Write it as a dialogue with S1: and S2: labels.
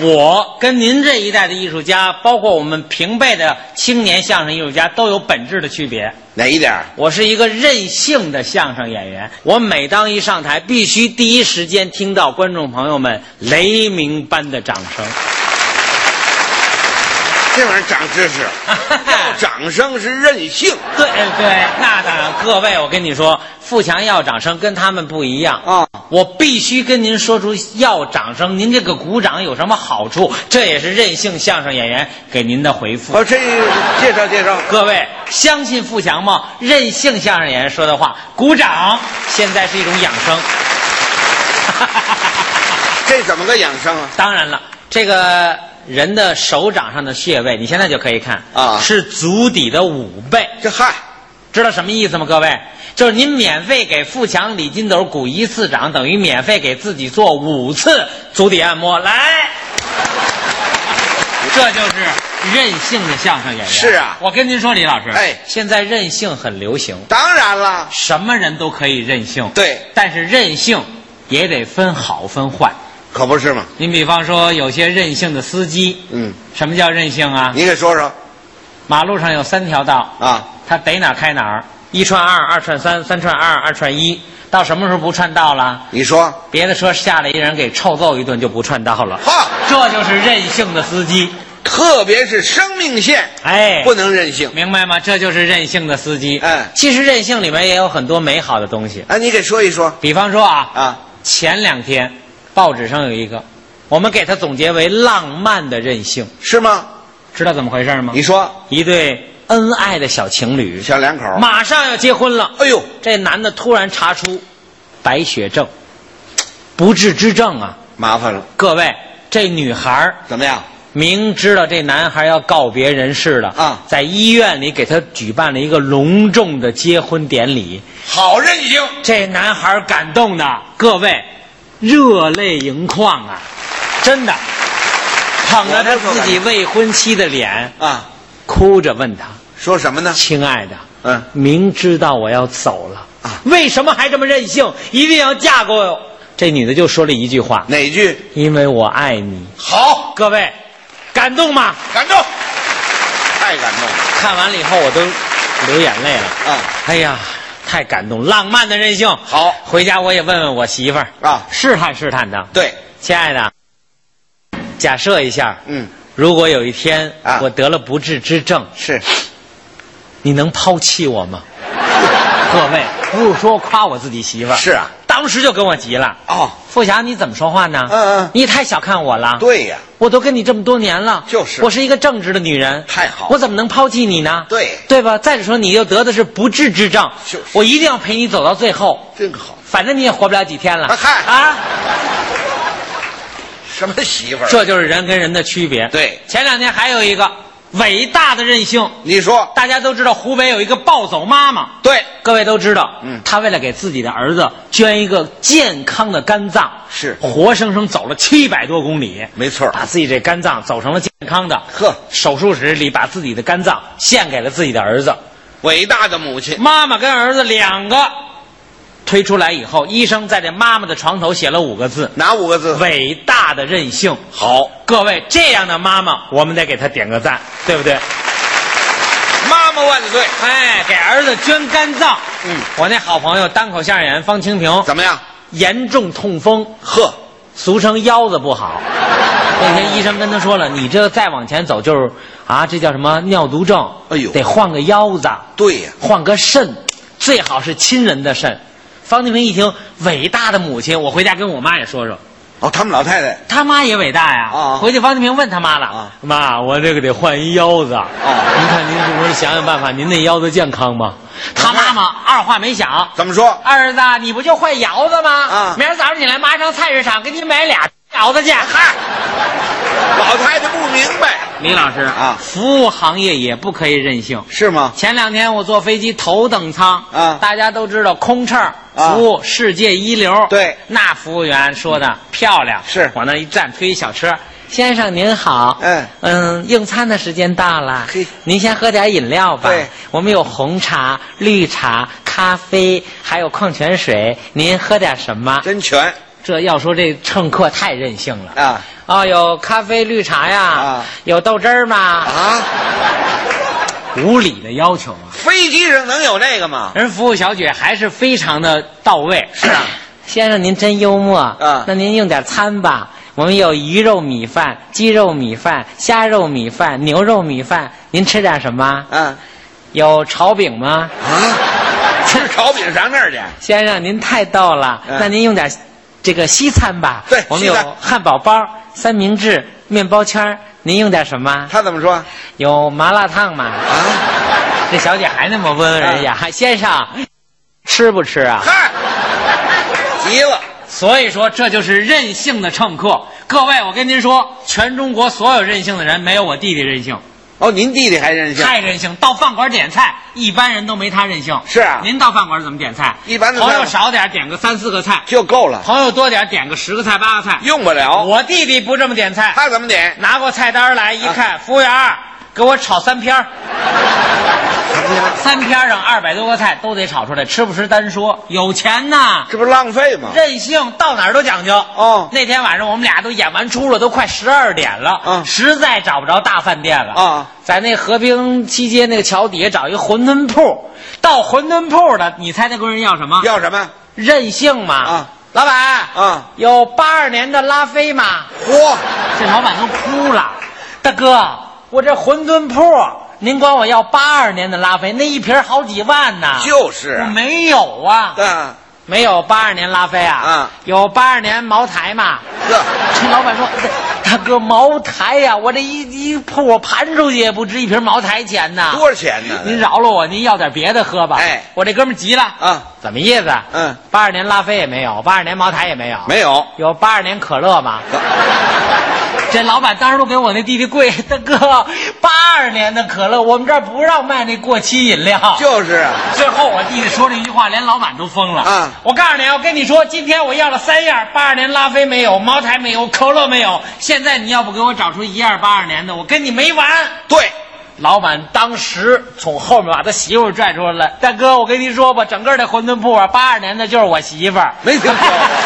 S1: 我跟您这一代的艺术家，包括我们平辈的青年相声艺术家，都有本质的区别。
S2: 哪一点儿？
S1: 我是一个任性的相声演员，我每当一上台，必须第一时间听到观众朋友们雷鸣般的掌声。
S2: 这玩意儿长知识， 要掌声是任性
S1: 对对，那当然，各位，我跟你说，富强要掌声跟他们不一样
S2: 啊
S1: 我必须跟您说出要掌声，您这个鼓掌有什么好处？这也是任性相声演员给您的回复。
S2: 哦，这介绍介绍，
S1: 各位相信富强吗？任性相声演员说的话，鼓掌现在是一种养生。
S2: 这怎么个养生啊？
S1: 当然了，这个人的手掌上的穴位，你现在就可以看
S2: 啊
S1: 是足底的五倍。
S2: 这嗨，
S1: 知道什么意思吗？各位，就是您免费给富强、李金斗鼓一次掌，等于免费给自己做五次足底按摩。来，这就是任性的相声演员。
S2: 是啊
S1: 我跟您说，李老师，
S2: 哎
S1: 现在任性很流行，
S2: 当然了，
S1: 什么人都可以任性。
S2: 对
S1: 但是任性也得分好分坏。
S2: 可不是吗？
S1: 您比方说，有些任性的司机，
S2: 嗯，
S1: 什么叫任性啊？
S2: 你给说说
S1: 马路上有三条道，
S2: 啊，
S1: 他逮哪儿开哪儿，一串二，二串三，三串二，二串一，到什么时候不串道了？
S2: 你说，
S1: 别的车下来一人给臭揍一顿就不串道了，
S2: 哈，
S1: 这就是任性的司机。
S2: 特别是生命线
S1: 哎，
S2: 不能任性
S1: 明白吗？这就是任性的司机。
S2: 嗯
S1: 其实任性里面也有很多美好的东西，
S2: 啊，你给说一说
S1: 比方说啊，
S2: 啊，
S1: 前两天报纸上有一个，我们给它总结为浪漫的任性，
S2: 是吗？
S1: 知道怎么回事吗
S2: 你？说，
S1: 一对恩爱的小情侣，
S2: 小两口，
S1: 马上要结婚了。
S2: 哎呦，
S1: 这男的突然查出白血症，不治之症啊！
S2: 麻烦了，
S1: 各位，这女孩儿
S2: 怎么样？
S1: 明知道这男孩要告别人世了
S2: 啊
S1: 在医院里给他举办了一个隆重的结婚典礼，
S2: 好任性，
S1: 这男孩感动的各位热泪盈眶啊！真的，捧着他自己未婚妻的脸，
S2: 啊，
S1: 哭着问他
S2: 说什么呢：“？
S1: 亲爱的，
S2: 嗯，
S1: 明知道我要走了
S2: 啊，
S1: 为什么还这么任性？一定要嫁给我！这女的就说了一句话
S2: 哪句：“
S1: 因为我爱你。
S2: 好”？
S1: 各位，感动吗？
S2: 感动，太感动了
S1: 看完了以后我都流眼泪了。
S2: 啊！
S1: 哎呀，太感动，浪漫的任性。
S2: 好
S1: 回家我也问问我媳妇儿
S2: 啊
S1: 试探试探她。
S2: 对，
S1: 亲爱的，假设一下，
S2: 嗯，
S1: 如果有一天
S2: 啊
S1: 我得了不治之症，
S2: 是，
S1: 你能抛弃我吗？各位，不是说夸我自己媳妇儿，
S2: 是啊，
S1: 当时就跟我急了。
S2: 哦，
S1: 富强，你怎么说话呢？
S2: 嗯嗯
S1: 你也太小看我了。，
S2: 对呀，
S1: 我都跟你这么多年了，
S2: 就是
S1: 我是一个正直的女人，
S2: 太好
S1: 我怎么能抛弃你呢？
S2: 对
S1: 对吧？再者说，你又得的是不治之症，
S2: 就是
S1: 我一定要陪你走到最后，
S2: 真好。
S1: 反正你也活不了几天了。
S2: 啊嗨
S1: 啊，
S2: 什么媳妇儿？
S1: 这就是人跟人的区别。
S2: 对
S1: 前两天还有一个伟大的任性，
S2: 你说
S1: 大家都知道湖北有一个暴走妈妈，
S2: 对，
S1: 各位都知道，
S2: 嗯
S1: 他为了给自己的儿子捐一个健康的肝脏，
S2: 是
S1: 活生生走了七百多公里，
S2: 没错儿
S1: 把自己这肝脏走成了健康的。
S2: 呵
S1: 手术室里把自己的肝脏献给了自己的儿子，
S2: 伟大的母亲，
S1: 妈妈跟儿子两个推出来以后，医生在这妈妈的床头写了五个字：
S2: 哪五个字？
S1: 伟大的任性。
S2: 好，
S1: 各位，这样的妈妈，我们得给她点个赞，对不对？
S2: 妈妈万岁！
S1: 哎，给儿子捐肝脏。
S2: 嗯，
S1: 我那好朋友单口相声演员方清平，
S2: 怎么样？
S1: 严重痛风，
S2: 呵，
S1: 俗称腰子不 好。那天医生跟他说了，你这再往前走就是啊，这叫什么尿毒症？
S2: 哎呦
S1: 得换个腰子，
S2: 对呀，
S1: 换个肾，最好是亲人的肾。方清平一听，伟大的母亲，我回家跟我妈也说说，
S2: 哦，他们老太太，
S1: 他妈也伟大呀。
S2: 啊
S1: 回去方清平问他妈了，
S2: 啊
S1: 妈，我这个得换一腰子。
S2: 哦
S1: 您看您是不是想想办法，您那腰子健康吗？他妈妈二话没想，
S2: 怎么说？
S1: 儿子，你不就会窑子吗？
S2: 啊
S1: 明儿早上你来妈上菜市场给你买俩窑子去。
S2: 嗨，老太太不明白，
S1: 李老师
S2: 啊
S1: 服务行业也不可以任性。
S2: 是吗？
S1: 前两天我坐飞机头等舱
S2: 啊
S1: 大家都知道空乘
S2: 啊
S1: 服务世界一流。
S2: 对嗯
S1: 那服务员说的漂亮，
S2: 是
S1: 往那一站推一小车。先生您好，
S2: 嗯
S1: 嗯，用餐的时间到了
S2: 嘿，
S1: 您先喝点饮料吧。
S2: 对，
S1: 我们有红茶、绿茶、咖啡，还有矿泉水，您喝点什么？
S2: 真全，
S1: 这要说这乘客太任性了
S2: 啊！
S1: 啊，有咖啡绿茶呀，
S2: 啊
S1: 有豆汁儿吗？
S2: 啊，
S1: 无理的要求啊！
S2: 飞机上能有这个吗？
S1: 人服务小姐还是非常的到位。
S2: 是啊，
S1: 先生您真幽默
S2: 啊
S1: 那您用点餐吧，我们有鱼肉米饭、鸡肉米饭、虾肉米饭、牛肉米饭，您吃点什么？
S2: 啊
S1: 有炒饼吗？
S2: 啊，吃炒饼上那儿去？
S1: 先生，您太逗了，
S2: 嗯
S1: 那您用点这个啊西餐吧。
S2: 对
S1: 我们
S2: 西餐
S1: 有汉堡包、三明治、面包圈儿，您用点什么？
S2: 他怎么说？
S1: 有麻辣烫吗？
S2: 啊，
S1: 这小姐还那么温文尔雅，先生，吃不吃啊？
S2: 嗨，急了，
S1: 所以说，这就是任性的乘客。各位，我跟您说，全中国所有任性的人，没有我弟弟任性，
S2: 哦，您弟弟还任性？
S1: 太任性。到饭馆点菜，一般人都没他任性。
S2: 是啊
S1: 您到饭馆怎么点菜？
S2: 一般的菜
S1: 朋友少点，点个三四个菜；
S2: 就够了，
S1: 朋友多点，点个十个菜八个菜。
S2: 用不了。
S1: 我弟弟不这么点菜，
S2: 他怎么点？
S1: 拿过菜单来一看，服务员儿给我炒三片儿，三片儿上二百多个菜都得炒出来，吃不吃单说。有钱呐，
S2: 这不浪费吗？
S1: 任性，到哪儿都讲究。
S2: 哦
S1: 那天晚上我们俩都演完出了，都快十二点了，
S2: 嗯
S1: 实在找不着大饭店了
S2: 啊
S1: 在那和平西街那个桥底下找一馄饨铺，到馄饨铺的，你猜那工人要什么？
S2: 要什么？
S1: 任性嘛。
S2: 啊
S1: 老板
S2: 啊
S1: 有八二年的拉菲吗？
S2: 嚯，
S1: 这老板都哭了，大哥，我这馄饨铺，您管我要八二年的拉菲，那一瓶好几万呢。
S2: 就是
S1: 我
S2: 啊
S1: 没有啊，
S2: 啊，
S1: 没有八二年拉菲啊，
S2: 啊
S1: 有八二年茅台嘛。
S2: 这
S1: 这老板说，大哥，茅台呀、我这一一铺我盘出去也不值一瓶茅台钱呢。
S2: 多少钱呢？
S1: 您饶了我，您要点别的喝吧。
S2: 哎
S1: 我这哥们儿急了啊，
S2: 啊，
S1: 怎么意思？
S2: 嗯，
S1: 八二年拉菲也没有，八二年茅台也没有，
S2: 没有。
S1: 有八二年可乐 吗？这老板当时都给我那弟弟跪，大哥，八二年的可乐，我们这儿不让卖那过期饮料。
S2: 就是啊，
S1: 最后我弟弟说这句话，连老板都疯了。
S2: 啊
S1: 我告诉你，我跟你说，今天我要了三样，八二年拉菲没有，茅台没有，可乐没有。现在你要不给我找出一样八二年的，我跟你没完。
S2: 对，
S1: 老板当时从后面把他媳妇儿拽出来了，大哥，我跟您说吧，整个这馄饨铺啊，八二年的就是我媳妇儿。
S2: 没听说过